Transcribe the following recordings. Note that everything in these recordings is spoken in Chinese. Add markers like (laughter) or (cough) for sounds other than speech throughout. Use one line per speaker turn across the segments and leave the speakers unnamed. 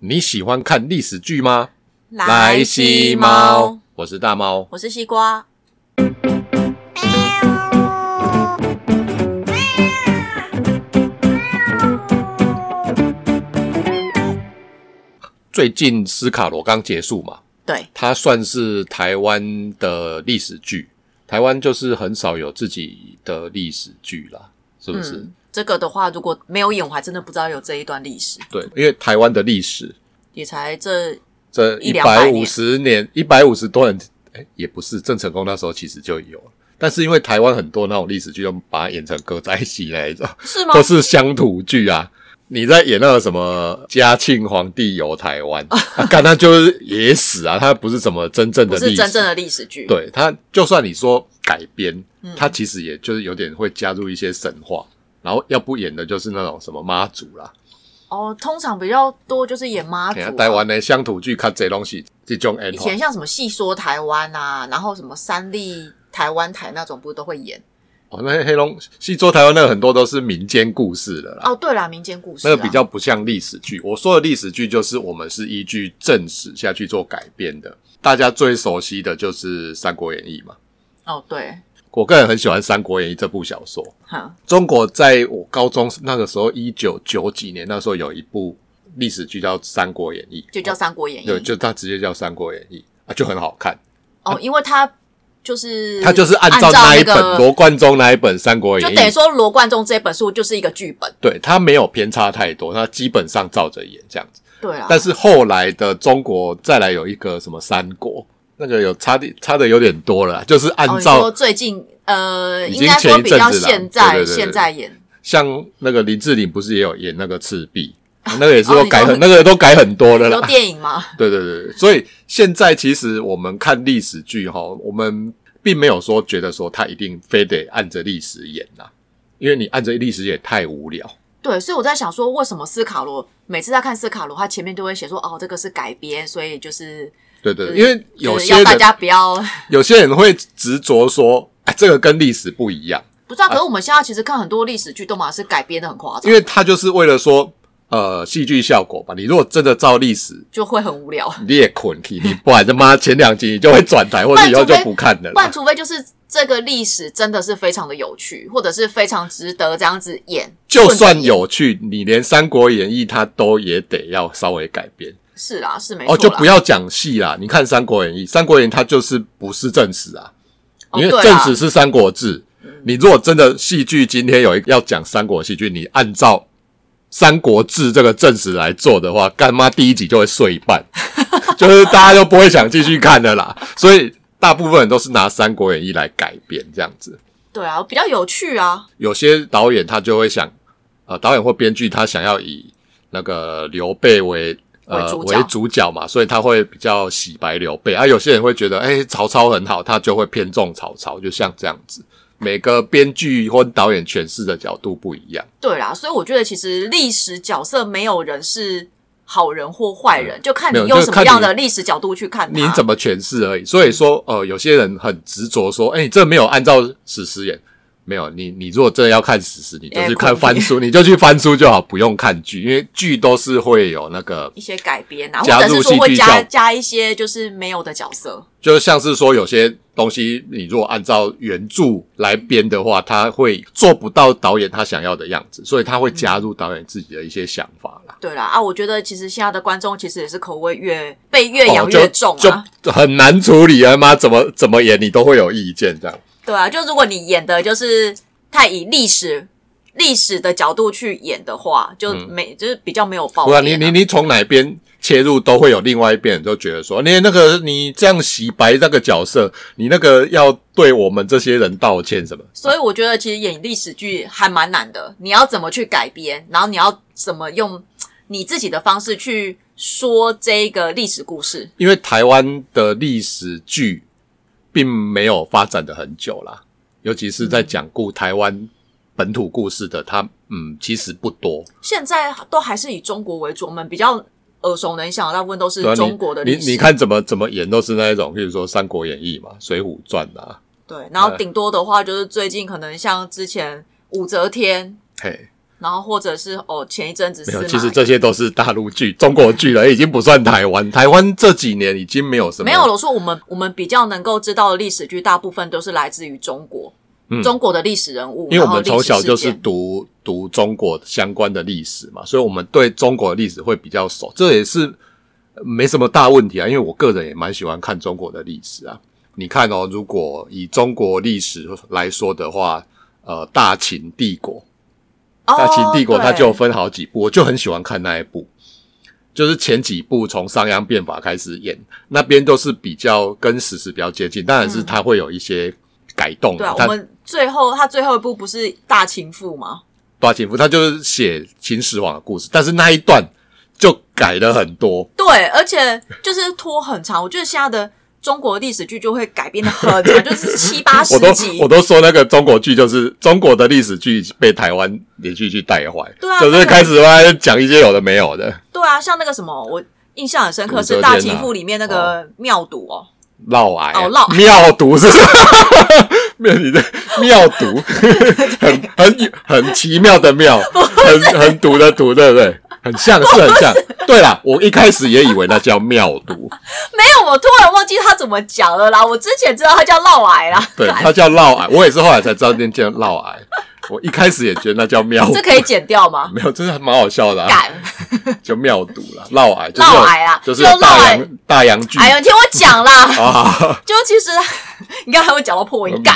你喜欢看历史剧吗？
来
西
西
猫
猫，
我是大猫。
我是西瓜。
最近斯卡罗刚结束嘛，
对，
它算是台湾的历史剧。台湾就是很少有自己的历史剧啦，是不是？
嗯，这个的话，如果没有演，我还真的不知道有这一段历史，
对，因为台湾的历史
也才这
这一
一
百
200
五十年，一百五十多年，哎，也不是郑成功那时候其实就有了，但是因为台湾很多那种历史剧，就把它演成歌仔戏那一种，
是吗
或？是乡土剧啊。你在演那个什么嘉庆皇帝游台湾，
哦
啊干、他就是野史啊，他不是什么真正
不
的历
是
史，
真正的历史剧。，
对他，就算你说改编，
嗯
他其实也就是有点会加入一些神话，然后要不演的就是那种什么妈祖啦，
哦，通常比较多就是演妈祖、
你
啊
看。台湾的乡土剧看这东西，这种演
以
法
前像什么戏说台湾啊，然后什么三立台湾台那种，不是都会演？
哦，那黑龙西周台湾那个很多都是民间故事的啦，
哦，对啦，民间故事、啊、
那个比较不像历史剧。我说的历史剧就是我们是依据正史下去做改编的，大家最熟悉的就是《三国演义》嘛。
哦，对，
我个人很喜欢《三国演义》这部小说。
哈，
中国在我高中那个时候，一九九几年那时候有一部历史剧叫《三国演义》，
就叫《三国演义
对，》就它直接叫《三国演义》啊，就很好看。
哦，因为它就是
它就是按照那
嗯那
一本
个
罗贯中那一本《三国演
就
义
等于》，说罗贯中这本书就是一个剧本，
对，它没有偏差太多，它基本上照着演这样子。
对啦。
但是后来的中国再来有一个什么三国，那个有差的差的有点多了啦，就是
哦，
按
你
照、
说最近呃，
已
应
经
该说
前一
比
阵
较
子啦
现
对
在
对对对
现在演，
像那个林志玲不是也有演那个赤壁，那个也是都
(laughs) 哦你
改很、
说
那个都改很多了
(laughs) 有
啦。
电
(laughs)
影吗？
对对对，对所以现在其实我们看历史剧哈，我们并没有说觉得说它一定非得按着历史演呐、因为你按着历史演太无聊。
对，所以我在想说，为什么斯卡罗每次在看斯卡罗，他前面都会写说哦，这个是改编，所以就是
对对，
就
对
是
因为有
嗯就是
些
要大
人
家不要
(laughs) 有些人会执着说、哎这个跟历史不一样，
不知道。可是我们现在其实看很多历史剧，都嘛是改编的很夸
啊
张
因，为他就是为了说呃戏剧效果吧。你如果真的照历史，
就会很无聊。
你也捆起，你不然他妈前两集你就会转台，或者以后就不看了
不然，
啦。
除非就是这个历史真的是非常的有趣，或者是非常值得这样子演。
就算有趣，你连《三国演义》它都也得要稍微改编。
是啦，是没错
哦，
啦。
就不要讲戏啦。你看三国演义《三国演义》，它就是不是正史啊，
哦
因为
对啦嗯
正史是《三国志》你如果真的戏剧今天有一个要讲三国戏剧，你按照《三国志》这个正史来做的话，干妈第一集就会睡一
(laughs)
半，就是大家就不会想继续看的啦。所以大部分人都是拿《三国演义》来改编这样子。
对啊，比较有趣啊。
有些导演他就会想，呃，导演或编剧他想要以那个刘备为呃
为主角
为主角嘛，所以他会比较洗白刘备啊。有些人会觉得，哎、曹操很好，他就会偏重曹操，就像这样子。每个编剧或导演诠释的角度不一样，
对啦，所以我觉得其实历史角色没有人是好人或坏人，就看
嗯没有
你用
就
什
看
么
你
样的历史角度去看它。
你怎么诠释而已。所以说，呃，有些人很执着说，哎、你这没有按照史实演，没有你，你如果真的要看史实，你就
哎
去
苦
看翻
逼
书，你就去翻书就好，不用看剧，因为剧都是会有那个
一些改编啊，或
加
者
入
是说
戏剧
会加
效
加一些就是没有的角色。
就像是说，有些东西你如果按照原著来编的话，他会做不到导演他想要的样子，所以他会加入导演自己的一些想法啦。
对啦，啊，我觉得其实现在的观众其实也是口味越被越
哦
养
就
越重啊。
就很难处理啊！妈，怎么怎么演你都会有意见这样。
对啊，就如果你演的就是太以历史历史的角度去演的话，就没、就是比较没有爆
嗯不然你
点啊
你你从哪边切入都会有另外一边人就觉得说，你那个你这样洗白那个角色，你那个要对我们这些人道歉什么？
所以我觉得其实演历史剧还蛮难的，你要怎么去改编，然后你要怎么用你自己的方式去说这一个历史故事。
因为台湾的历史剧并没有发展的很久啦，尤其是在讲故台湾本土故事的，它嗯其实不多。
现在都还是以中国为主，我们比较耳熟能详的大部分都是
对啊，你
中国的
你
历史。
你看怎么怎么演都是那一种，比如说《三国演义》嘛，《水浒传》啊，
对，然后
对
顶多的话就是最近可能像之前武则天，
嘿，
然后或者是哦，前一阵子
没
司
有，
马
其实这些都是大陆剧、中国剧了，已经不算台湾。台湾这几年已经没有什么
没有了。我说我们我们比较能够知道的历史剧，大部分都是来自于中国，
嗯
中国的历史人物，
因为我
然后
们
历史
从小就是
事件
读读中国相关的历史嘛，所以我们对中国的历史会比较熟，这也是呃没什么大问题啊。因为我个人也蛮喜欢看中国的历史啊。你看哦，如果以中国历史来说的话，呃，大秦帝国，大秦帝国
哦
它就有
对
分好几部，我就很喜欢看那一部，就是前几部从商鞅变法开始演，那边都是比较跟史实比较接近，当然是它会有一些改动、
嗯对啊，
它
我们最后他最后一部不是大情妇吗？
八秦夫，他就是写秦始皇的故事，但是那一段就改了很多。
对，而且就是拖很长，我觉得现在的中国历史剧就会改编的很
(laughs)
长，就是七八十
我都
集
我。都说那个中国剧就是中国的历史剧被台湾连续剧带坏，
对啊
就是
那个
开始在讲一些有的没有的，
对啊，像那个什么，我印象很深刻
武则
是《
天啊
大情妇》里面那个妙毒哦，
绕癌、
哦嫪毐
啊妙毒是什么？ (laughs) 没有你的妙
(laughs)
毒，很很很奇妙的妙，很很毒的毒，对不对？很像是很像。对啦，我一开始也以为那叫妙毒，
(laughs) 没有，我突然忘记他怎么讲了啦。我之前知道他叫嫪
(laughs)
毐啦，
对，它叫嫪毐，我也是后来才知道那叫嫪毐。我一开始也觉得那叫妙毒
这，可以剪掉吗？
没有，这是还蛮好笑的、啊，
敢，
就妙毒了，嫪毐，就是有
嫪毐啦
就是
就
有大
嫪毐
洋大洋剧
哎呦，你听我讲啦。
(laughs) 啊，嗯
就其实 (laughs) 你刚才我讲到破音感，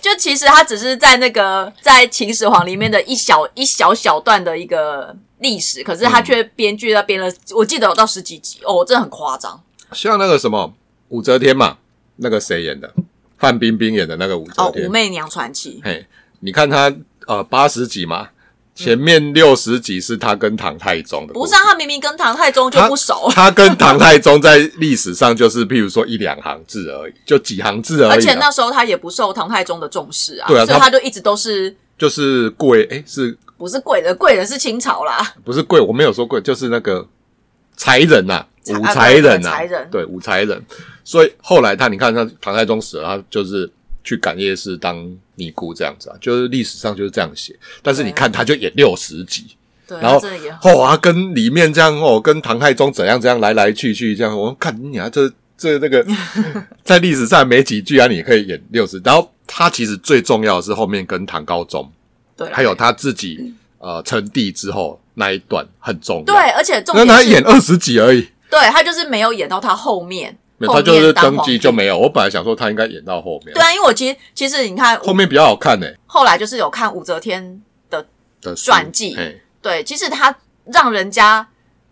就其实他只是在那个在秦始皇里面的一小一小小段的一个历史，可是他却编剧他编了，我记得有到十几集哦，真的很夸张
像那个什么武则天嘛，那个谁演的？范冰冰演的那个武则
哦，
天，
《武媚娘传奇》
嘿，你看她呃八十集嘛，前面六十集是她跟唐太宗的故
不
事，
是、啊、他明明跟唐太宗就不熟，
她跟唐太宗在历史上就是譬如说一两行字而已，就几行字而已啊，
而且那时候他也不受唐太宗的重视啊，
对啊
所以
他
他就一直都是
就是贵哎、是
不是贵人，贵人是清朝啦，
不是贵，我没有说贵，就是那个才人呐、
才
武才人呐、
啊对才人
对武才人。所以后来他，你看他唐太宗死了，他就是去赶夜市当尼姑这样子啊，就是历史上就是这样写。但是你看，他就演六十集，
对，
然后
他真的也很
哦，他跟里面这样哦，跟唐太宗怎样怎样来来去去这样，我看你啊，这这那个在历史上没几句啊，你可以演六十。然后他其实最重要的是后面跟唐高宗，
对啦，
还有他自己呃称帝之后那一段很重要。
对，而且重
那
点
他
是
演二十几而已，
对他就是没有演到他后面，
没有，
后
他
面
就是
当
登
皇
基
帝
就没有。我本来想说他应该演到后面，
对啊，因为我其实其实你看，
后面比较好看呢、欸
后来就是有看武则天的，
的书
传记嗯
嘿
对，其实她让人家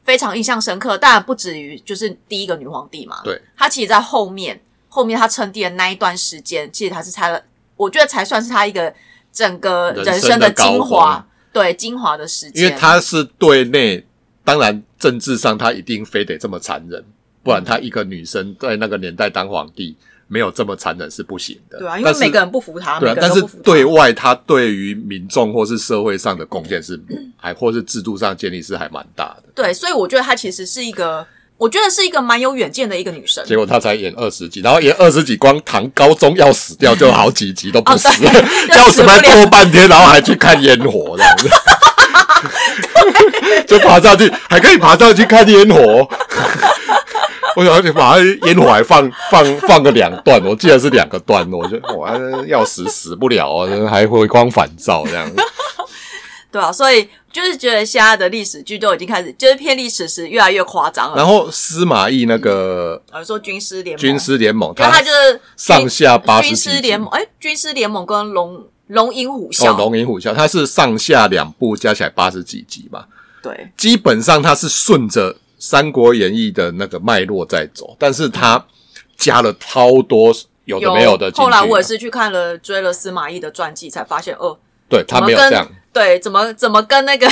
非常印象深刻，当然不止于就是第一个女皇帝嘛，
对，
她其实在后面后面她称帝的那一段时间，其实她是才，我觉得才算是她一个整个
人
人
生
生的
的高
精
峰
华，对精华的时间，
因为他是对内，当然政治上他一定非得这么残忍，不然他一个女生在那个年代当皇帝，没有这么残忍是不行的。
对啊，因为
但是
每个人不服她，
对
每
啊，
个
但
人
是
都不服她
对外他对于民众或是社会上的贡献是还或是制度上建立是还蛮大的。
对，所以我觉得她其实是一个，我觉得是一个蛮有远见的一个女生，
结果他才演二十集，然后演二十集，光唐高宗要死掉就好几集都不死
哦，
(laughs)
对
要死
就
还
死不了
拖半天，然后还去看烟火这
(laughs)
样子，就爬上去，还可以爬上去看烟火。我想去把烟火还放放放个两段，我记得是两个段，我就我要死死不了啊，还回光返照这样子。
对啊，所以就是觉得现在的历史剧都已经开始，就是偏离史实越来越夸张了。
然后司马懿那个
呃，说军师联盟，
军，师联盟，
因为他就是
上下八十
军
几
师
集
联盟，哎，军师联盟跟龙龙鹰虎
哦，
啸，
龙吟虎啸，它是上下两部加起来八十几集嘛，
对
基本上它是顺着《三国演义》的那个脉络在走，但是它加了超多有的没有的进去。
后来我也是去看了追了司马懿的传记，才发现哦，
对它
怎么
没有
跟
这样，
对怎么怎么跟那个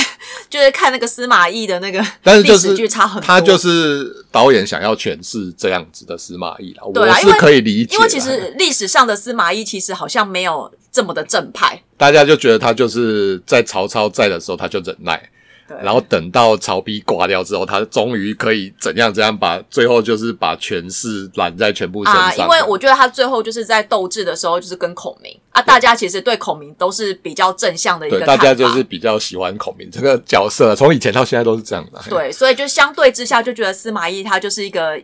就是看那个司马懿的那个
(laughs) 但是就
历史
是
剧差很多，
它就是导演想要诠释这样子的司马懿啦，
对
我
啊因
是
为
可以理解
因
啦。
为其实历史上的司马懿其实好像没有这么的正派，
大家就觉得他就是在曹操在的时候他就忍耐，
对，
然后等到曹丕挂掉之后，他终于可以怎样怎样把最后就是把权势揽在全部身上。
啊，因为我觉得他最后就是在斗智的时候，就是跟孔明啊，大家其实对孔明都是比较正向的一个
对
看
大
法，
家就是比较喜欢孔明这个角色，从以前到现在都是这样的。
对，所以就相对之下就觉得司马懿他就是一个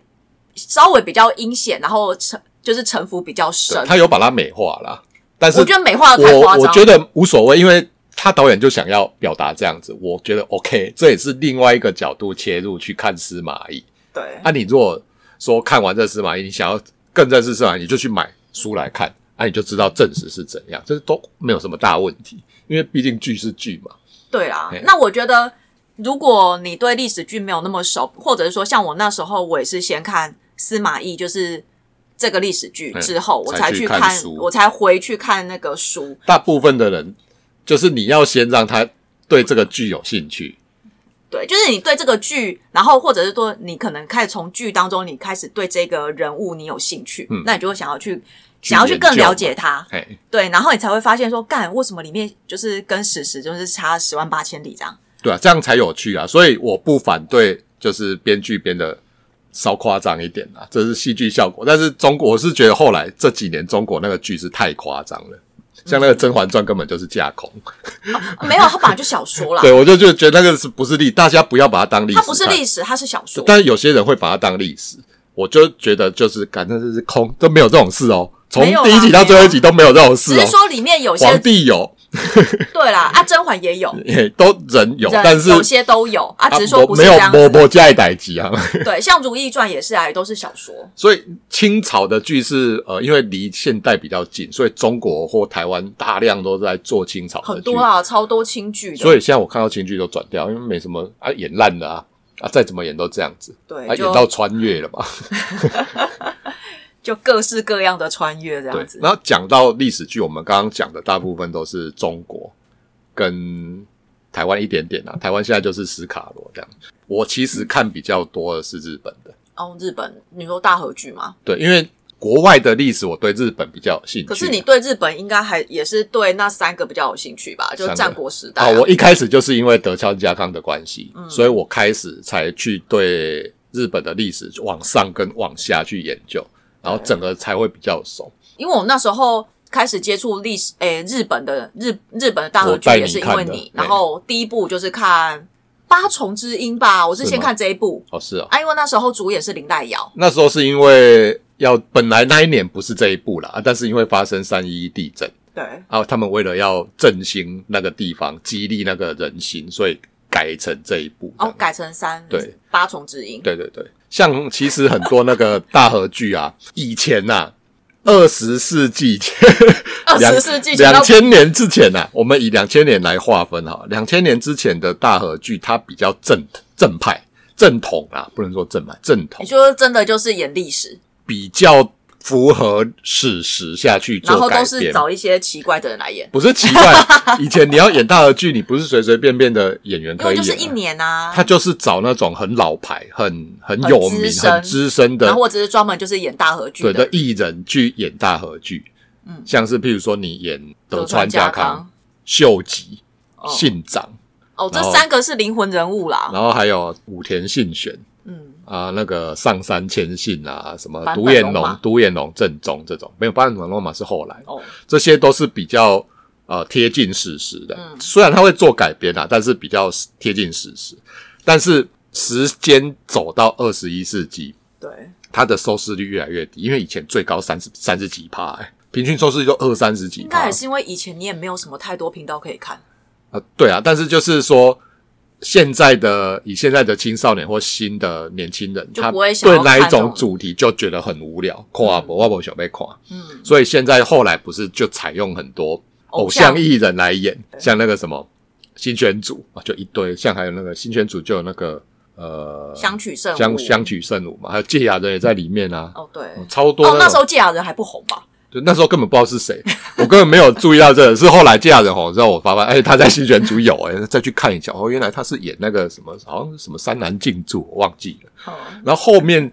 稍微比较阴险，然后城就是城府比较深
对，。他有把它美化啦，但是
我觉得美化的太夸
我
张
我
了，
觉得无所谓，因为他导演就想要表达这样子，我觉得 OK，这也是另外一个角度切入去看司马懿。
对
啊，你如果说看完这司马懿，你想要更认识司马懿，你就去买书来看，啊，你就知道正史是怎样，这都没有什么大问题，因为毕竟剧是剧嘛。
对啦
嘿。
那我觉得，如果你对历史剧没有那么熟，或者是说像我那时候，我也是先看司马懿，就是这个历史剧
嗯
之后，我
才
才
去
去
看
看，
书
我才回去看那个书。
大部分的人就是你要先让他对这个剧有兴趣，
对，就是你对这个剧，然后或者是说你可能开始从剧当中，你开始对这个人物你有兴趣，
嗯
那你就会想要去
去
想要去更
研究
了解他，
嘿，
对，然后你才会发现说，干为什么里面就是跟史实就是差十万八千里这样。
对啊，这样才有趣啊。所以我不反对，就是编剧编的稍夸张一点啊，这是戏剧效果。但是中国，我是觉得后来这几年中国那个剧是太夸张了。像那个《甄嬛传》根本就是架空，
没有，它本来就小说啦，
(laughs) 对我就就觉得那个是不是历，大家不要把它当历史
它
看，
不是历史，它是小说。
但是有些人会把它当历史，我就觉得就是，感觉是空，都没有这种事哦。从
没有啦
第一集到最后一集都没有这种事
只
哦
是。说里面有
皇
些
帝有，
对啦，啊，甄嬛也有，
也都人有，
人
但是
有些都有
啊
啊，只是说
我
不是
没
这
有
样
某
子。
某加一代集啊。
对，像《如懿传》也是啊，也都是小说。
所以清朝的剧是呃，因为离现代比较近，所以中国或台湾大量都在做清朝的
很
剧，
多啊，超多清剧的。
所以现在我看到清剧都转掉，因为没什么啊，演烂了啊啊，再怎么演都这样子，
对，
啊，
就
演到穿越了嘛。
就各式各样的穿越这
对
样子，。
然后讲到历史剧，我们刚刚讲的大部分都是中国跟台湾一点点啊，台湾现在就是斯卡罗这样。我其实看比较多的是日本的，
哦，日本，你说大和剧吗？
对，因为国外的历史我对日本比较有兴趣。
可是你对日本应该还也是对那三个比较有兴趣吧？就
三
是
个
战国时代
啊，
啊、
我一开始就是因为德川家康的关系，所以我开始才去对日本的历史往上跟往下去研究，然后整个才会比较熟。
因为我那时候开始接触历史，诶、日本的日日本的大和
我
剧
带
也
你
是因
看
为
的
你
对，
然后第一部就是看《八重之音》吧，我是
是
先
吗
看这一部
哦，是哦，
啊，因为那时候主演是林黛瑶，
那时候是因为要本来那一年不是这一部啦，啊但是因为发生三一一地震，
对
然后他们为了要振兴那个地方，激励那个人心，所以改成这一部。
哦，改成三
对
八重之音，
对对对，像其实很多那个大和剧啊， (laughs) 以前呐、啊，二十世纪前。
(laughs) 二十世纪前
两
到
千年之前啊，我们以两千年来划分哈，两千年之前的大和剧，它比较正正派、正统啊，不能说正派，正统
(laughs) 你说真的就是演历史，
比较符合史实下去
然
做
后
改
都是
编。
找一些奇怪的人来演，
不是奇怪，
(laughs)
以前你要演大和剧，你不是随随便便的演员
因
可
为
以
就是
演
一
啊、
年啊，
他就是找那种很老牌、很很
很
有
资
名、
深
很资深的
然后我只是专门就是演大和剧
对
的
的，艺人去演大合剧，
嗯
像是譬如说你演德川
家
家康、秀吉、
哦
信长，
哦，这
然后
三个是灵魂人物啦，
然后还有武田信玄
嗯，
啊、那个上杉谦信啊，什么
坂本
独眼
龙
龙
马、
独眼龙正宗这种，没有坂本龙马是后来，
哦，
这些都是比较呃贴近史实的。
嗯
虽然他会做改编啊，但是比较贴近史实。但是时间走到二十一世纪，
对，
它的收视率越来越低，因为以前最高三十三十几趴、欸，平均收视率就二三十几
应该
趴
也是因为以前你也没有什么太多频道可以看，
啊，对啊，但是就是说。现在的以现在的青少年或新的年轻人，
就
他
不会想要
对那一
看这种
种主题就觉得很无聊，跨博我不想被跨，
嗯，
所以现在后来不是就采用很多
偶
偶
像
像艺人来演，
对
像那个什么新选组啊，就一堆，像还有那个新选组就有那个呃
相取胜
相
物，
相取胜武嘛，还有芥雅人也在里面啊，
哦，对，
哦超多
哦，那
种
时候芥雅人还不红吧？
就那时候根本不知道是谁，我根本没有注意到这个，是后来芥雅人红之后，我发现哎、他在新选组有哎、再去看一下哦，原来他是演那个什么，好像是什么山南静助，我忘记了。啊
哦，
然后后面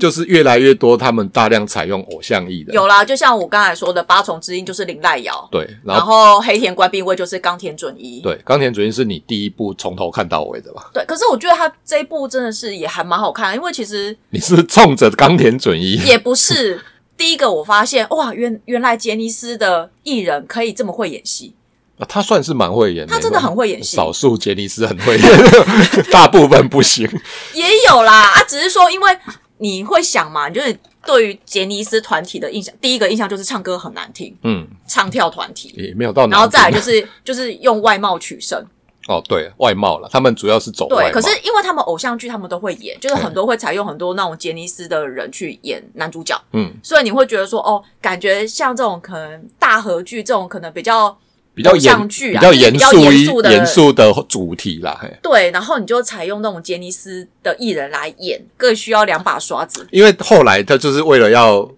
就是越来越多他们大量采用偶像艺人，
有啦，就像我刚才说的，八重之音就是林濑遥，
对，然
然
后
后黑田官兵卫就是冈田准一，
对冈田准一是你第一部从头看到尾的吧？
对。可是我觉得他这一部真的是也还蛮好看，因为其实
你是冲着冈田准一，
也
(laughs)
不是第一个我发现哇，原原来杰尼斯的艺人可以这么会演戏，
啊他算是蛮会演，
他真的很会演戏
少数杰尼斯很会演， (laughs) 大部分不行。
也有啦啊，只是说因为你会想嘛，你就是对于杰尼斯团体的印象，第一个印象就是唱歌很难听，
嗯，
唱跳团体，
也没有到哪。
然后再来就是 (laughs) 就是用外貌取胜。
哦，对外貌了，他们主要是走外
对，
貌。
可是因为他们偶像剧他们都会演，就是
嗯
很多会采用很多那种杰尼斯的人去演男主角，
嗯，
所以你会觉得说，哦，感觉像这种可能大合剧这种可能比较
比较
偶
严、
像剧
比
啊
较
就是
严
比较
肃
严
一
肃的
严肃的主题啦，嘿，
对，然后你就采用那种杰尼斯的艺人来演，各需要两把刷子。
因为后来他就是为了要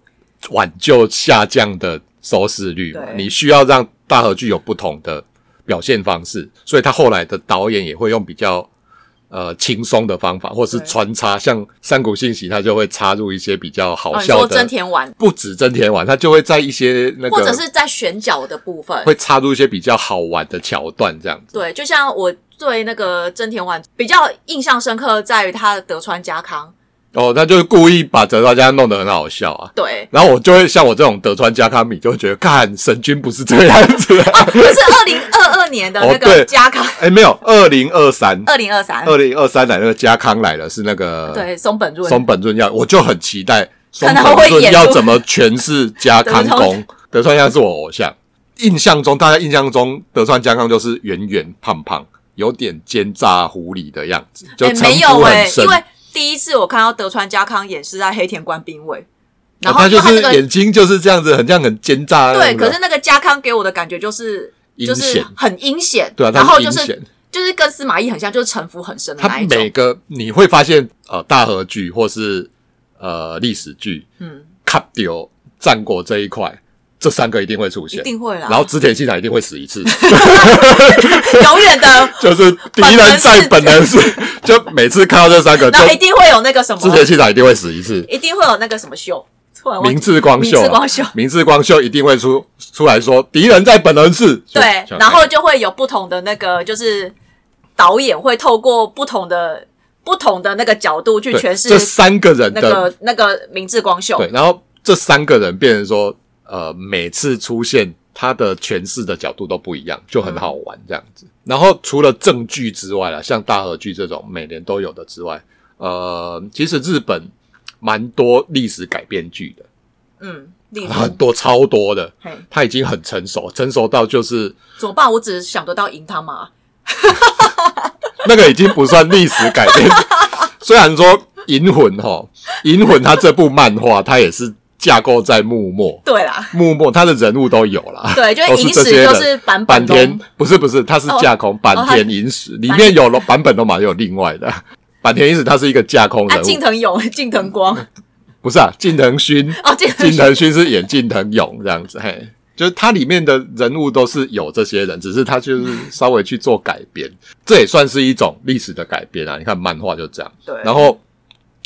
挽救下降的收视率嘛，
对
你需要让大合剧有不同的表现方式，所以他后来的导演也会用比较呃轻松的方法，或是
对
穿插，像山谷信息，他就会插入一些比较好
哦，你
笑
说
的，
真田丸，
不止真田丸，他就会在一些那
或者
个
是在选角的部分，
会插入一些比较好玩的桥段这样子。
对，就像我对那个真田丸比较印象深刻，在于他的德川家康，
哦，他就是故意把哲大家弄得很好笑啊。。
对
(laughs) 然后我就会像我这种德川家康米，就会觉得，看神君不是这样子、啊。 (laughs)
就是二零二二年的那
哦对
个家康，
哎，没有，二零二三，
二零二三，
二零二三来那个家康来了，是那个
哎对，松本润，
松本润要，我就很期待松
看他
本
会
润
演
要
出
怎么诠释家
(laughs)
康
德
公。德川家康是我偶像，印象中大家印象中德川家康就是圆圆胖胖，有点奸诈狐狸的样子，就
哎
城
没有
府
哎、
很深。
因为第一次我看到德川家康演是在黑田官兵卫，然
哦
后、
他就
因为
是
那个
眼睛就是这样子，很像很奸诈那
对，
样的。
可是那个家康给我的感觉就是
阴
就是
险
很阴险，
对啊，
然
他
后
是阴
就是
险。
就是跟司马懿很像，就是城府很深的
它
那一种
每。个你会发现，呃，大和剧或是呃历史剧
嗯，
cut 掉战国这一块，这三个一定会出
一
现。
定会啦。
然后织田信长一定会死一次， (laughs)
永远的，
就是敌人在本能是， (laughs) 就每次看到这三个，就
然后一定会 (laughs) 有那个什么
织，田信长一定会死一次，
一定会有那个什么秀。突然忘记
明智光秀
明
啊，
智光秀。
明智光秀一定会出出来说敌人在本能是，就
对，
就
然后就会有不同的那个，就是导演会透过不同的不同的那个角度去
对
诠释
这三个人
那
的
个那个明智光秀。
对，然后这三个人变成说，呃，每次出现他的诠释的角度都不一样，就很好玩这样子。然后除了正剧之外啦，像大和剧这种每年都有的之外，呃，其实日本蛮多历史改编剧的，
嗯，例如，
很多超多的，
嘿，
他已经很成熟，成熟到就是
怎么办？我只想得到赢他嘛。
那个已经不算历史改编。 (laughs) 虽然说《银魂》哈，《银魂》它这部漫画它也是架构在幕末，
对啦，
幕末它的人物都有啦。(laughs)
(laughs) 对，就是
都是
影
这些
史
人
就是版
坂
本
田
龙，
不是不是，它是架空坂
哦
田银史，里面
(laughs)
有版本都嘛有另外的。坂田银史他是一个架空
啊，
人
近
物，
藤勇、 (laughs) 近藤光，
不是啊，近藤勋，
哦，近藤
近藤勋是演近藤勇这样子，嘿，就是它里面的人物都是有这些人，只是他就是稍微去做改编，这也算是一种历史的改编啊。你看漫画就这样，
对，
然后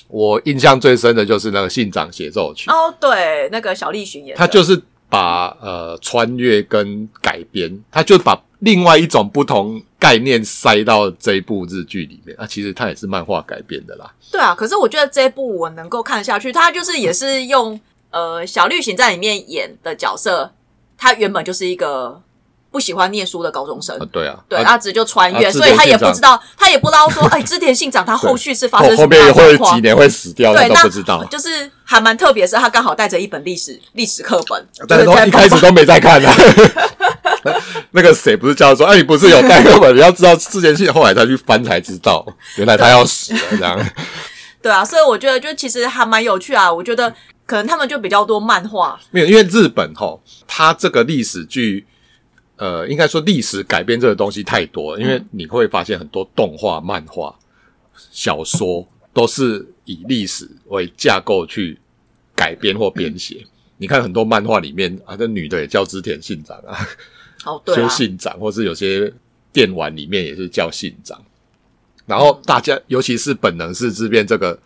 我印象最深的就是那个信长协奏曲，
哦，对，那个小栗旬演的，
他就是把呃穿越跟改编，他就把另外一种不同概念塞到这一部日剧里面。啊，其实它也是漫画改编的啦。
对啊。可是我觉得这一部我能够看下去，他就是也是用呃小栗旬在里面演的角色，他原本就是一个不喜欢念书的高中生
啊，，对啊，
对，
啊
阿直就穿越，
啊
所以他也
织田信
不
长
知道，他也不知道
(laughs)
说，哎，织田信长他后续是发生
后
什
后
么
面
样的
会几
状况。
年会死掉，
对，
那都
那
不知道。
就是还蛮特别，是他刚好带着一本历史历史课本，
但是
就
都
在
一开始都没在看啊。 (laughs) 那个谁不是叫他说，哎，你不是有带课本？你要知道之前是后来他去翻才知道，原来他要死了这样。
对啊，所以我觉得就其实还蛮有趣啊。我觉得可能他们就比较多漫画，
没有，因为日本哈，它这个历史剧，呃，应该说历史改编这个东西太多了，因为你会发现很多动画、漫画、小说都是以历史为架构去改编或编写。你看很多漫画里面啊，这女的也叫织田信长啊，
哦，对
就
啊，
信长，或是有些电玩里面也是叫信长。然后大家，尤其是本能寺之变这个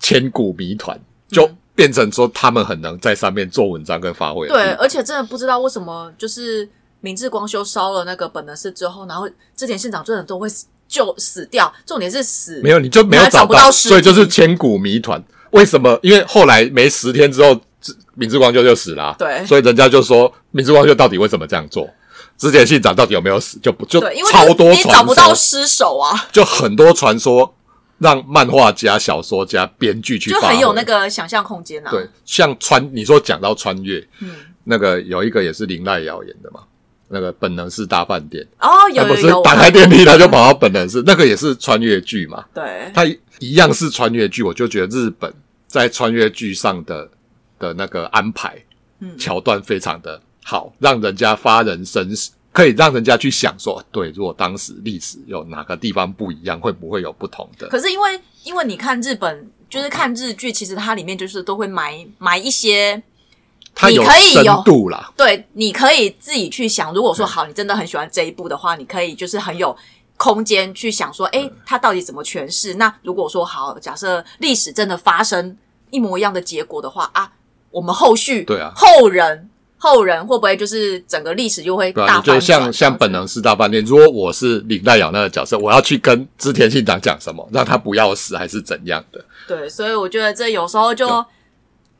千古谜团，就
嗯
变成说他们很能在上面做文章跟发挥。
对，，而且真的不知道为什么，就是明智光修烧了那个本能寺之后，然后织田信长真的都会死就死掉，重点是死
没有你就没有
还找不
到，
到尸体
所以就是千古谜团。为什么？因为后来没十天之后，这明智光秀就死了啊、
对
所以人家就说明智光秀到底为什么这样做？织田信长到底有没有死？就不就
对，因为
超多
你
传
找不到
说，
尸首啊，
就很多传说让漫画家、小说家、编剧去
就
发
很有
挥
那个想象空间啊。
对，，像穿你说讲到穿越，
嗯，
那个有一个也是林濑遥演的嘛，那个本能寺大饭店，
哦，
那
有
不
有
是
有，
打开电梯他就跑到本能寺，那个也是穿越剧嘛，
对，
它一样是穿越剧，我就觉得日本在穿越剧上的的那个安排
嗯
桥段非常的好，让人家发人深思。可以让人家去想说，对，如果当时历史有哪个地方不一样，会不会有不同的？哦
可是因为因为你看日本，就是看日剧，其实它里面就是都会埋埋一些，
它有
你可以
深
有
度啦，
对，你可以自己去想。如果说
嗯
好，你真的很喜欢这一部的话，你可以就是很有。空间去想说，诶，它到底怎么诠释？那如果说好，假设历史真的发生一模一样的结果的话啊，我们后续
对啊
后人后人会不会就是整个历史就会
对
大
啊，
反
你就
转？
像像本能是大饭店，如果我是林黛瑶那个角色，我要去跟织田信长讲什么，让他不要死还是怎样的？
对，所以我觉得这有时候就哦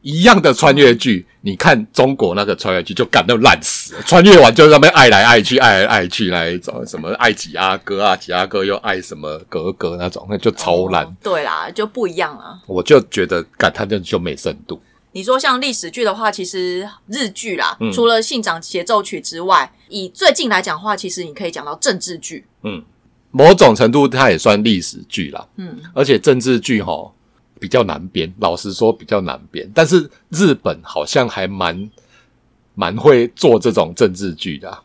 一样的穿越剧，你看中国那个穿越剧就感到烂死了，穿越完就在那边爱来爱去，爱来爱去那一种，什么爱几阿哥啊，几阿哥又爱什么格格那种，那就超烂。
哦对啦，就不一样了。
我就觉得，感他就就没深度。
你说像历史剧的话，其实日剧啦，
嗯
除了《信长协奏曲》之外，以最近来讲的话，其实你可以讲到政治剧。
某种程度，它也算历史剧啦，
嗯，
而且政治剧哈比较难编，老实说比较难编。但是日本好像还蛮蛮会做这种政治剧的啊、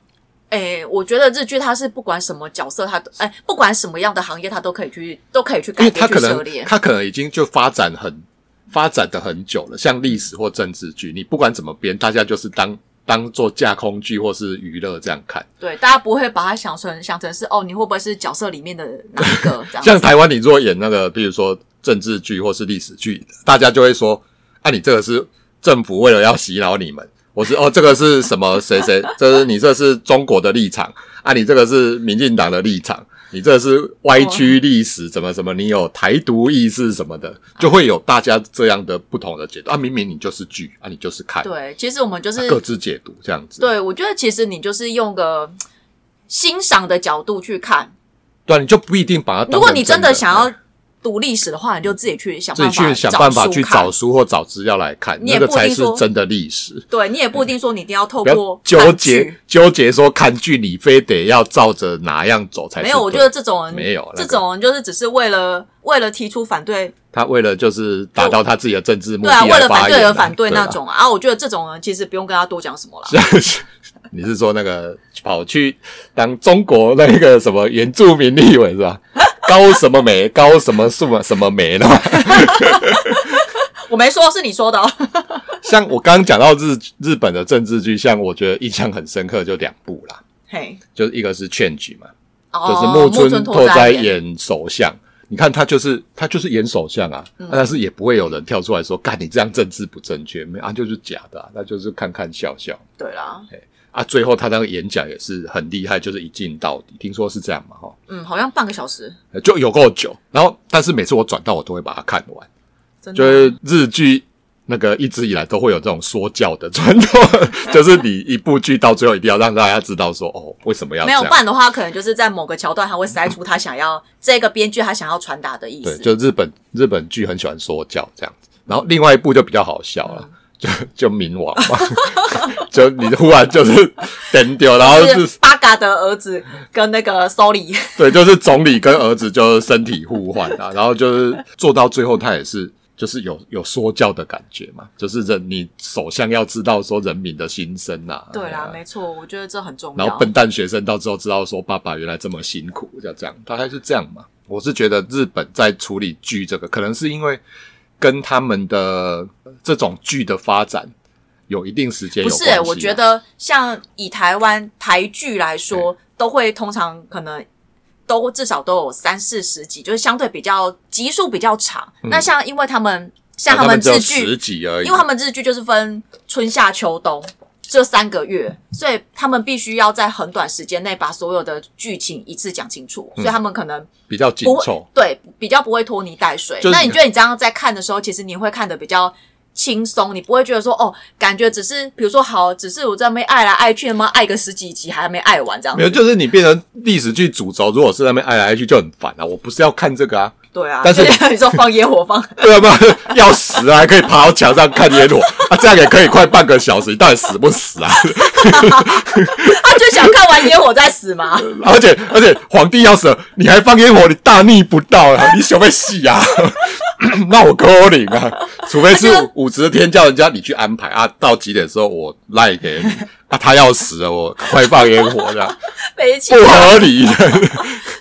诶，我觉得日剧它是不管什么角色，它都诶，不管什么样的行业，它都可以去，都可以去
因
改
为它
编去
可
涉
能
猎。
它可能已经就发展很发展的很久了，像历史或政治剧，你不管怎么编，大家就是当当做架空剧或是娱乐这样看。
对，大家不会把它想成想成是哦，你会不会是角色里面的哪一
(laughs)
个这样
像
子？
台湾，你如果演那个，比如说政治剧或是历史剧，大家就会说：“啊，你这个是政府为了要洗脑你们。”我是哦，这个是什么谁谁？ (laughs) 这是你这是中国的立场啊，你这个是民进党的立场，你这是歪曲历史，怎么什么？你有台独意识什么的，就会有大家这样的不同的解读啊。明明你就是剧啊，你就是看，啊
对，其实我们就是
各自解读这样子。
对，我觉得其实你就是用个嗯欣赏的角度去看，
对啊，你就不一定把它当成。
如果你真的想要读历史的话，你就自己去想
自己
办法，
去想办法去找
书看。
书或找资料来看，
你也
那个
不一
才
定
是
说
真的历史。
对你也不一定说你一定要透
不要
过
纠
看
结
剧。
纠结说看剧你非得要照着哪样走才是
没有，我觉
对
得这种人
没有那
这
个
种人就是只是为了为了提出反对，
他为了就是达到他自己的政治目
对
的
啊，
来
为了
发
反
言
对
啊
而反对那。种啊，啊我觉得这种人其实不用跟他多讲什么啦。
对吧啊 (laughs) 你是说那个跑去当中国那个什么原住民立委是
(laughs)
吧？高什么梅，高什么树什么梅的嘛？
我没说，是你说
(laughs)
的哦。
像我刚刚讲到日日本的政治剧，像我觉得印象很深刻就两部啦，
嘿，
就是一个是《劝举》嘛，
哦，
就是木村
村
拓
哉
哉演首相。你看他就是他就是演首相啊，
嗯
但是也不会有人跳出来说，干你这样政治不正确，没有啊就是假的、啊，那就是看看笑笑
对啦，
啊。最后他那个演讲也是很厉害，就是一镜到底，听说是这样嘛哈，
嗯，好像半个小时，
呃就有够久。然后但是每次我转到我都会把它看完，
真
就
的
是日剧那个一直以来都会有这种说教的传统， (laughs) 就是你一部剧到最后一定要让大家知道说哦为什么要这
没有
样
不。然的话，可能就是在某个桥段他会塞出他想要这个编剧他想要传达的意
对，
思。
就日本日本剧很喜欢说教这样子，然后另外一部就比较好笑了。
嗯
就就冥王嘛， (laughs) 就你忽然就是扔掉，然后
就是巴嘎的儿子跟那
(laughs)
个 Sorry，
对，就是总理跟儿子就是身体互换啊，然后就是做到最后，他也是就是有有说教的感觉嘛，就是人你首相要知道说人民的心声呐、啊，
对
哎呀
啦，没错，我觉得这很重要。
然后笨蛋学生到之后知道说爸爸原来这么辛苦，要这样，大概是这样嘛。我是觉得日本在处理剧这个，可能是因为跟他们的呃这种剧的发展有一定时间有
不
关
是、欸
系啊、
我觉得像以台湾台剧来说，都会通常可能都至少都有三四十集，就是相对比较集数比较长。那像因为他们像
嗯哦他
们
只有
日剧
十集而已，
因为他们日剧就是分春夏秋冬这三个月，所以他们必须要在很短时间内把所有的剧情一次讲清楚，
嗯
所以他们可能
比较紧
不会
凑，
对比较不会拖泥带水。
就是
那你
你
觉得你这样在看的时候，其实你会看的比较。轻松，你不会觉得说哦，感觉只是比如说好，只是我在那边爱来爱去，他妈爱个十几集还没爱完这样
没有
子。
就是你变成历史剧主轴，如果是在那边爱来爱去就很烦啊，我不是要看这个啊，
对啊，
但是
就 (laughs) 你说放烟火放，
对啊，不然 (laughs) 要死啊，还可以爬到墙上看烟火啊，这样也可以快半个小时，你到底死不死啊？
他就想看完烟火再死嘛。
而且而且皇帝要死了，你还放烟火，你大逆不道
(laughs)
啊！你想被戏啊？ (coughs) 那我扣零啊！除非是武则天叫人家你去安排啊，到几点的时候我赖给你啊，他要死了，我快放烟火这
(laughs)
样，
(laughs) 没气
不合理
(laughs)
的。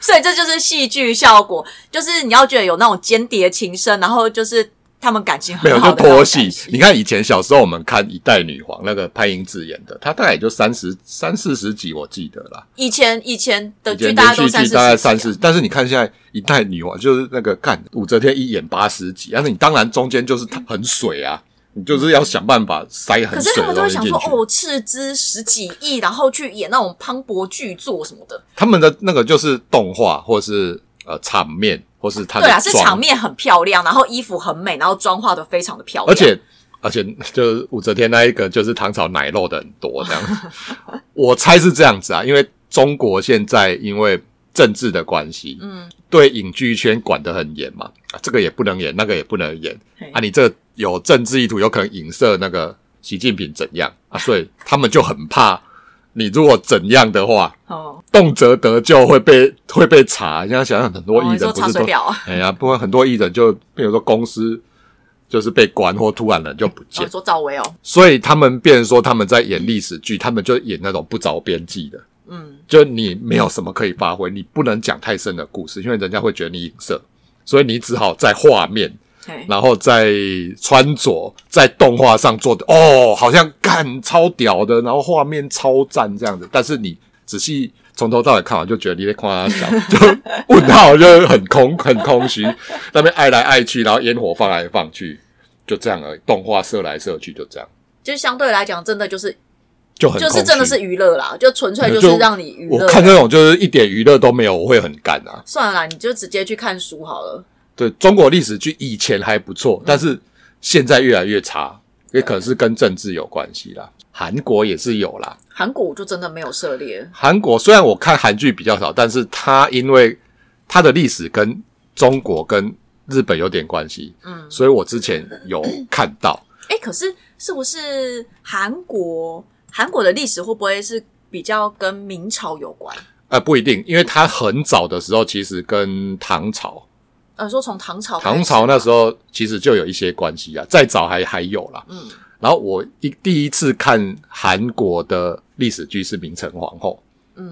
所以这就是戏剧效果，就是你要觉得有那种间谍情深，然后就是他们感情
没
很
有
好
就
的那种
拖
感
戏
情。。
你看以前小时候我们看《一代女皇》，那个潘英志演的，她大概也就三十三四十集，我记得啦。
以前以前的
以前
剧
连
大家都
续
三
剧
四
大概
十
三
集啊
四，但是你看现在《一代女王》就是那个干武则天一演八十集，但是你当然中间就是很水啊，你就是要想办法塞
可
很
是
水
他
的
们都
东
会
西
想
进去
说，。哦，斥资十几亿，然后去演那种磅礴巨作什么的。
他们的那个就是动画，或是呃场面，或是他的
对啊啦，是
妆
场，面很漂亮，然后衣服很美，然后妆化的非常的漂亮。
而且而且就是武则天那一个就是唐朝奶酪的很多这样，
(laughs)
我猜是这样子啊，因为中国现在因为政治的关系，
嗯，
对影剧圈管得很严嘛，啊这个也不能演，那个也不能演
嘿
啊，你这有政治意图，有可能影射那个习近平怎样啊，所以他们就很怕你如果怎样的话，
哦，
动辄得咎会被会被查。现在想想，很多
哦
艺
你
人
说
不
查
是
水
都
表
(laughs)
啊，
哎呀，不过很多艺人就比如说公司就是被关或突然人就不
哦
见
你，说赵薇哦，
所以他们变成说他们在演历史剧，他们就演那种不着边际的。
嗯，
就你没有什么可以发挥，你不能讲太深的故事，因为人家会觉得你影射，所以你只好在画面，
嘿，
然后在穿着，在动画上做的哦，好像干超屌的，然后画面超赞这样子，但是你仔细从头到尾看完，就觉得你在夸他小，
(laughs)
就问号就很空很空虚，那边爱来爱去，然后烟火放来放去，就这样而已，动画射来射去就这样，
就相对来讲，真的就是
就很
就是
空
真的
虚
是娱乐啦，就纯粹就是
就
让你娱乐
我。看那种就是一点娱乐都没有，我会很干啊。
算了啦，你就直接去看书好了。
对中国历史剧以前还不错，但是现在越来越差，也可能是跟政治有关系啦。韩国也是有啦，
韩国我就真的没有涉猎，
韩国虽然我看韩剧比较少，但是它因为它的历史跟中国跟日本有点关系，
嗯，
所以我之前有看到。
哎，可是是不是韩国韩国的历史会不会是比较跟明朝有关？
呃，不一定，因为它很早的时候其实跟唐朝，
呃，说从唐朝
唐朝那时
候，
候其实就有一些关系啊，再早还还有啦。
嗯
然后我一第一次看韩国的历史剧是《明成皇后》，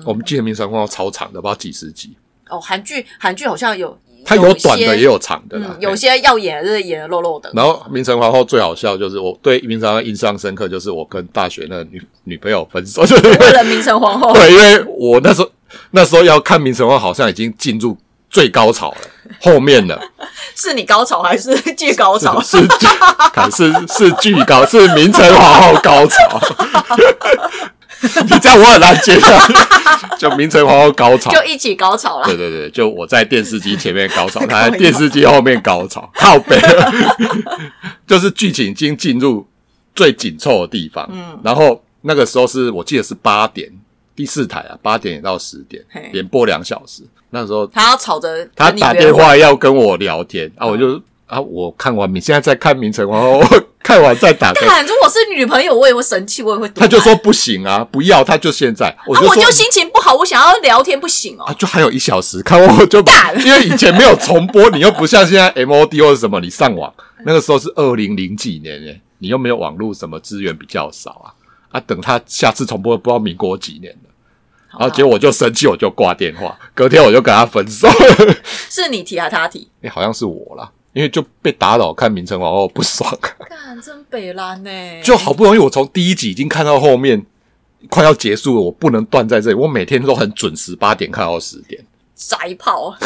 我
嗯，
们记得《明成皇后》超长的，不知道几十集，
哦，韩剧韩剧好像有
它
有
有
一些
短的也有长的啦
嗯，。
嘿
有些要演是演的肉肉的，
然后明成皇后最好笑就是我对明成皇后印象深刻，就是我跟大学那个女女朋友分手，就是因
为
为
了明成皇后，
对，因为我那时候那时候要看明成皇后，好像已经进入最高潮了，后面了。
是你高潮还是剧高
是
潮？
是剧， (laughs) 看是是剧高，是明成皇后高潮。 (laughs) 你这样我很难接受，就明成皇后高潮。
就一起高潮啦
对。对对，就我在电视机前面高
(laughs)
潮，他在
靠腰
电视机后面高潮，靠北， (laughs) 就是剧情已经进入最紧凑的地方。
嗯
然后那个时候是我记得是八点，第四台啊，八点到十点
嘿，
连播两小时。那时候
他要吵着
他
跟你嗯
打
约
电
会，
话要跟我聊天啊，我就啊，我看完明，现在在看《明成皇后》， (laughs) 看完再打给
但如果是女朋友，我也会生气，我也会堵
他就说不行啊，不要，他就现在，我
啊，
就
我
说
就心情不好，我想要聊天不行哦
啊，。就还有一小时，看完我就把，
干
因为以前没有重播，你又不像现在 MOD 或者什么，你上网那个时候是二零零几年耶，你又没有网络，什么资源比较少啊啊，等他下次重播，不知道民国几年了。
好
然
吧
后结果我就生气，我就挂电话，隔天我就跟他分手。
是你提还是他提？
哎、好像是我啦，因为就被打扰看《明成皇后》哦不爽。
干，真北兰呢、
(laughs) 就好不容易我从第一集已经看到后面快要结束了，我不能断在这里，我每天都很准时八点看到十点，
宅炮，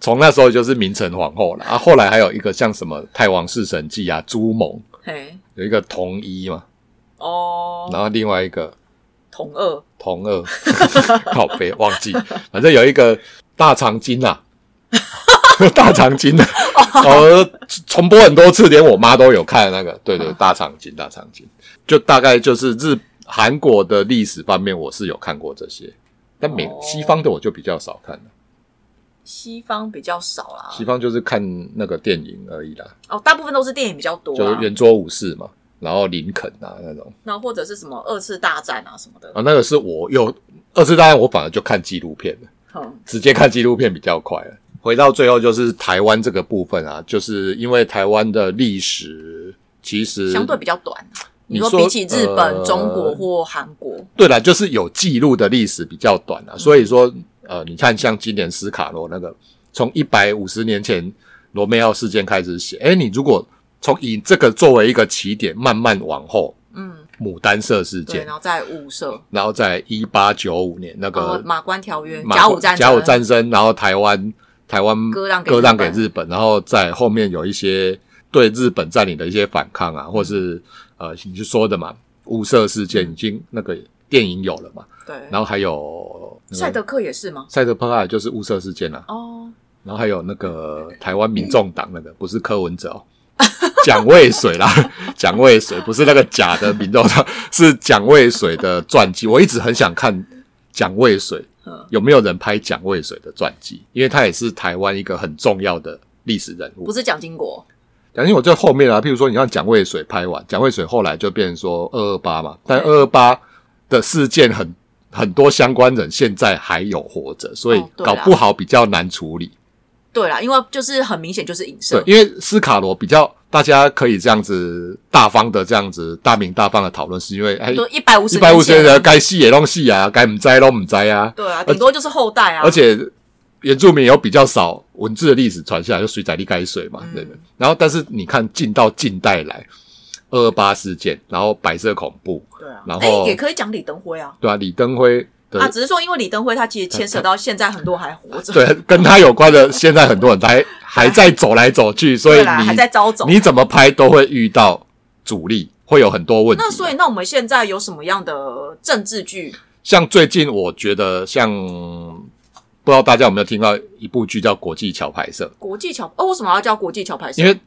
从那时候就是明成皇后了啊。后来还有一个像什么《太王弑神记》啊，朱蒙
嘿，
有一个童一嘛，
哦，
然后另外一个
同二，
童二， (laughs) 靠别忘记，反正有一个大长今啊， (laughs) 大长今啊，呃，重播很多次，连我妈都有看那个，对对，大长今，大长今，就大概就是日韩国的历史方面，我是有看过这些，但美
哦
西方的我就比较少看了，
西方比较少啦，
西方就是看那个电影而已啦，
哦，大部分都是电影比较多
就是
啦，
圆桌武士嘛，然后林肯啊那种
那或者是什么二次大战啊什么的，
啊，那个是我有二次大战，我反而就看纪录片了。
嗯，
直接看纪录片比较快了。回到最后就是台湾这个部分啊，就是因为台湾的历史其实
相对比较短。啊
你
你说
说
比起日本、
呃
中国或韩国，
对啦，就是有记录的历史比较短
嗯
啊，所以说呃，你看像今年斯卡罗那个，从一百五十年前罗梅奥事件开始写，哎，你如果从以这个作为一个起点，慢慢往后，
嗯，
牡丹社事
对，
件
然，后再五社，
然后在一八九五年那
呃
个，
马关条约、
马
甲午战争、
甲午战争，然后台湾台湾
割让给
割让给
日本
日本，然后在后面有一些对日本占领的一些反抗
嗯
啊，或是呃，你就说的嘛，雾社事件已经那个电影有了嘛，
对，
然后还有、那个
嗯赛德克也是吗？
赛德克尔就是雾社事件啊，
哦，
然后还有那
(laughs)
个台湾民众党那个不是柯文哲哦。蒋渭水
(laughs)
啦，蒋渭水不是那个假的民众党，是蒋渭水的传记。我一直很想看蒋渭水，
嗯，
有没有人拍蒋渭水的传记？因为他也是台湾一个很重要的历史人
不
物。
是蒋经国，
蒋经国在后面啊，譬如说你让蒋渭水拍完，蒋渭水后来就变成说二二八嘛，但
对
二二八的事件很很多相关人现在还有活着，所以
哦对啦
搞不好比较难处理。
对啦，因为就是很明显就是啊影射
对，，因为斯卡罗比较大家可以这样子大方的这样子大明大方的讨论，是因为哎，
就一百五十
一百五十
人
人，该戏也弄戏啊，该唔摘弄唔摘啊，
对啊，顶多就是后代啊，
而且原住民有比较少文字的历史传下来，就水仔地盖水嘛，
嗯
对不对？然后，但是你看，进到近代来，二二八事件，然后白色恐怖，
对啊，
然
哎
后
也可以讲李登辉啊，
对吧、李登辉的、
啊，只是说因为李登辉他其实牵扯到现在很多还活着， (laughs)
对跟他有关的，现在很多人还还在走来走去，所以
对啦，还在
你
招走。
你怎么拍都会遇到阻力，会有很多问题啊。
那所以，那我们现在有什么样的政治剧？
像最近我觉得像。不知道大家有没有听到一部剧叫《国际桥牌社》，
国际桥哦，为什么要叫国际桥牌社？
因为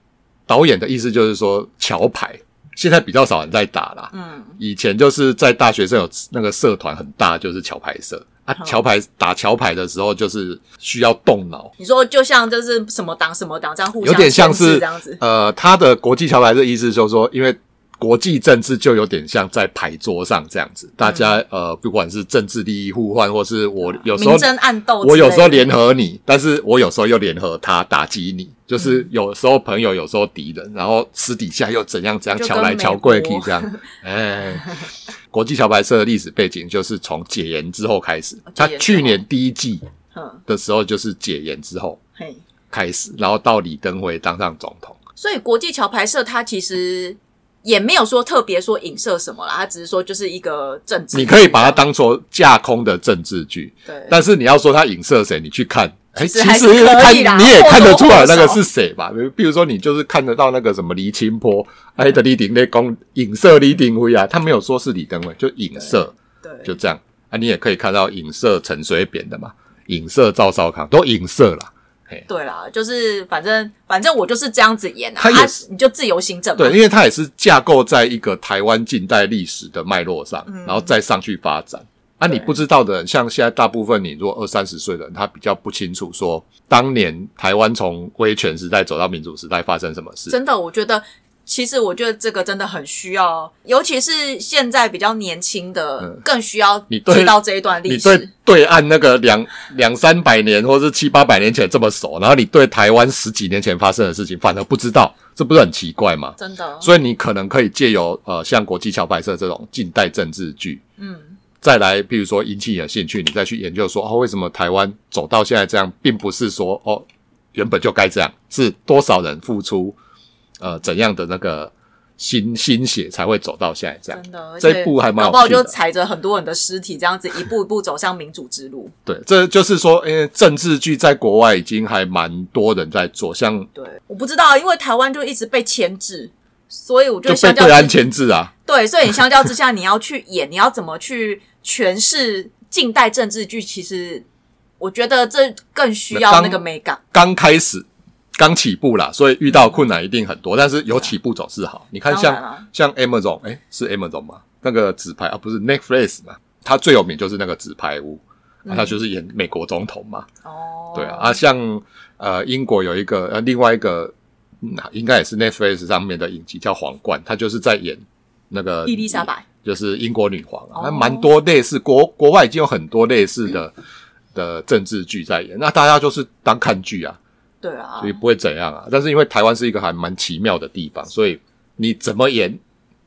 导演的意思就是说桥牌现在比较少人在打啦，
嗯，
以前就是在大学生有那个社团很大，就是桥牌社啊，
嗯
桥牌打桥牌的时候就是需要动脑。
你说就像就是什么党什么党这样互相
有点像
牵制
是
这样子，
呃，他的国际桥牌社意思就是说，因为国际政治就有点像在牌桌上这样子，大家、
嗯
呃，不管是政治利益互换，或是我有时候
明争暗斗之类的。
我有时候联合你，但是我有时候又联合他打击
嗯
你，就是有时候朋友，有时候敌人，然后私底下又怎样怎样
就跟
瞧来瞧过
美
去
国
这
(laughs)
样。哎，国际桥牌社的历史背景就是从解严之后开始，他
哦解严之后
去年第一季
嗯
的时候就是解严之后
嘿，
开始，然后到李登辉当上总统。
所以国际桥牌社它其实也没有说特别说影射什么啦，它只是说就是一个政治剧这
你
样，
可以把它当做架空的政治剧，
对，
但是你要说他影射谁，你去
(laughs)
看，哎，其
其实还是
实
可
看
以啦
你也看得出来
或多
那
或
个
少
是谁吧？比如比如说你就是看得到那个什么黎清波，哎的李鼎那公影射李鼎辉啊，他没有说是李登辉，就影射
对
就这样啊。你也可以看到影射陈水扁的嘛，影射赵少康都影射啦。
对啦，就是反正反正我就是这样子演啊，
他也
啊
是
你就自由行
(laughs)
政嘛。
对，因为它也是架构在一个台湾近代历史的脉络上，然后再上去发展。啊，
嗯对
你不知道的人，像现在大部分你如果二三十岁的人，他比较不清楚说当年台湾从威权时代走到民主时代发生什么事。
真的，我觉得其实我觉得这个真的很需要，尤其是现在比较年轻的，
嗯
更需要
你对
知道这一段
你
历史。
对对岸那个两两三百年或是七八百年前这么熟，然后你对台湾十几年前发生的事情反而不知道，这不是很奇怪吗？
真的，
所以你可能可以借由呃像国际桥牌社这种近代政治剧，
嗯，
再来，譬如说引起你的兴趣，你再去研究说哦，为什么台湾走到现在这样，并不是说哦原本就该这样，是多少人付出，呃，怎样的那个心心血才会走到现在这样。
真的，而
啊这
且
一步还蛮
搞
有
不好
趣的
就踩着很多人的尸体，这
(laughs)
样子一步一步走向民主之路。
对，这就是说，诶、政治剧在国外已经还蛮多人在做，像
对，我不知道，因为台湾就一直被牵制，所以我
就
觉得
被
相较
对岸
之
牵制啊，
对，所以你相较之下，你要去演，你要怎么去诠释近代政治剧？其实我觉得这更需要
当
那个美感。
刚开始刚起步啦，所以遇到困难一定很多，但是有起步总是好。你看
嗯当
像
然啦
像 Amazon，哎、是 Amazon 吗？那个纸牌啊，不是 Netflix 嘛？它最有名就是那个纸牌屋，啊、它就是演美国总统嘛。
嗯哦，
对啊，啊，像呃英国有一个呃另外一个，嗯应该也是 Netflix 上面的影集叫《皇冠》，它就是在演那个
伊丽莎白，
就是英国女皇啊，
哦
那蛮多类似国国外已经有很多类似的、
嗯
的政治剧在演，那大家就是当看剧啊，
对啊
所，以不会怎样啊。但是因为台湾是一个还蛮奇妙的地方，所以你怎么演，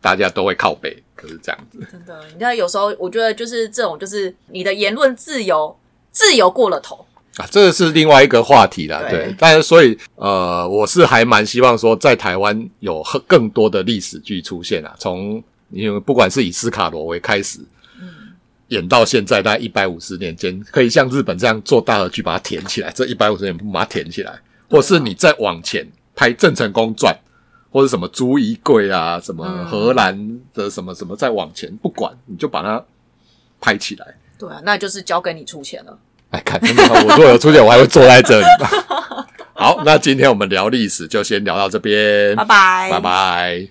大家都会靠背，就是这样子。
真的，你看有时候我觉得就是这种，就是你的言论自由，自由过了头。
啊，这个是另外一个话题啦，
对
对。但是所以呃，我是还蛮希望说，在台湾有很更多的历史剧出现啊，从因为不管是以斯卡罗为开始。演到现在大概一百五十年间，可以像日本这样做大的剧把它填起来，这一百五十年把它填起来，或是你再往前拍《郑成功传》，或者什么朱一贵啊，什么
嗯
荷兰的什么什么，再往前不管，你就把它拍起来。
对啊，那就是交给你出钱了。
来哎看，我如果有出现，我还会坐在这里。好，那今天我们聊历史就先聊到这边，
拜拜，
拜拜